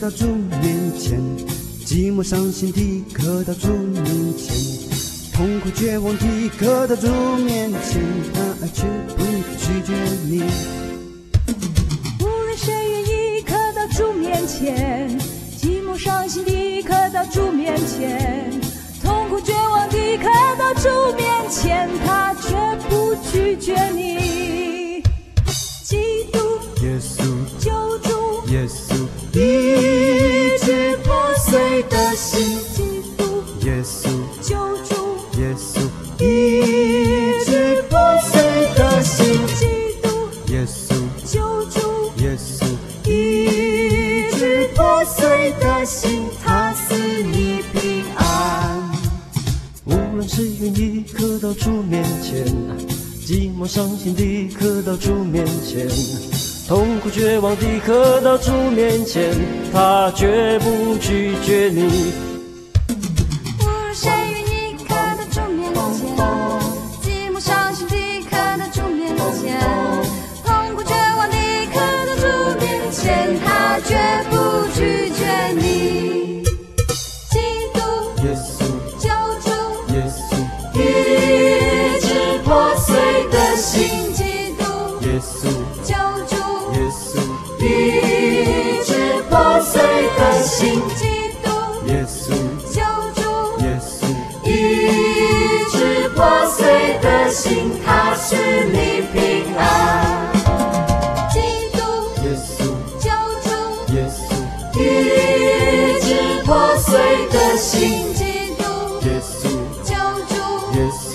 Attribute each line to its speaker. Speaker 1: 到猪面前，寂寞伤心地刻到猪面前，痛苦绝望地刻到猪面前，他爱去不拒绝你。
Speaker 2: 无论谁愿意刻到猪面前，寂寞伤心地刻到猪面前，痛苦绝望地刻到猪面前，他却不拒绝你。基督
Speaker 1: 耶稣，
Speaker 2: 救主，
Speaker 1: 耶稣，
Speaker 2: 医治破碎的心，基督
Speaker 1: 耶稣，
Speaker 2: 救主，
Speaker 1: 耶稣，
Speaker 2: 医治破碎的心，基督
Speaker 1: 耶稣，
Speaker 2: 救主。
Speaker 1: 耶稣，
Speaker 2: 医治破碎的心，他赐你平安。
Speaker 1: 无论谁愿意刻到猪面前，寂寞伤心地刻到猪面前，痛苦绝望地刻到猪面前，他绝不拒绝你。
Speaker 2: 无论谁愿意刻到猪面前，寂寞伤心地刻到猪面前，痛苦绝望地刻到猪面前，他绝不拒绝你。基督
Speaker 1: 耶稣，
Speaker 2: 救主，
Speaker 1: 耶稣，
Speaker 2: 医治破碎的心，基督
Speaker 1: 耶稣，
Speaker 2: 救主。
Speaker 1: 耶稣，
Speaker 2: 医治破碎的心，基督
Speaker 1: 耶稣，
Speaker 2: 救主，
Speaker 1: 耶稣，
Speaker 2: 医治破碎的心，他使你平安。基督
Speaker 1: 耶稣，
Speaker 2: 救主，
Speaker 1: 耶稣，
Speaker 2: 医治破碎的心，基督
Speaker 1: 耶稣，
Speaker 2: 救主，
Speaker 1: 耶稣。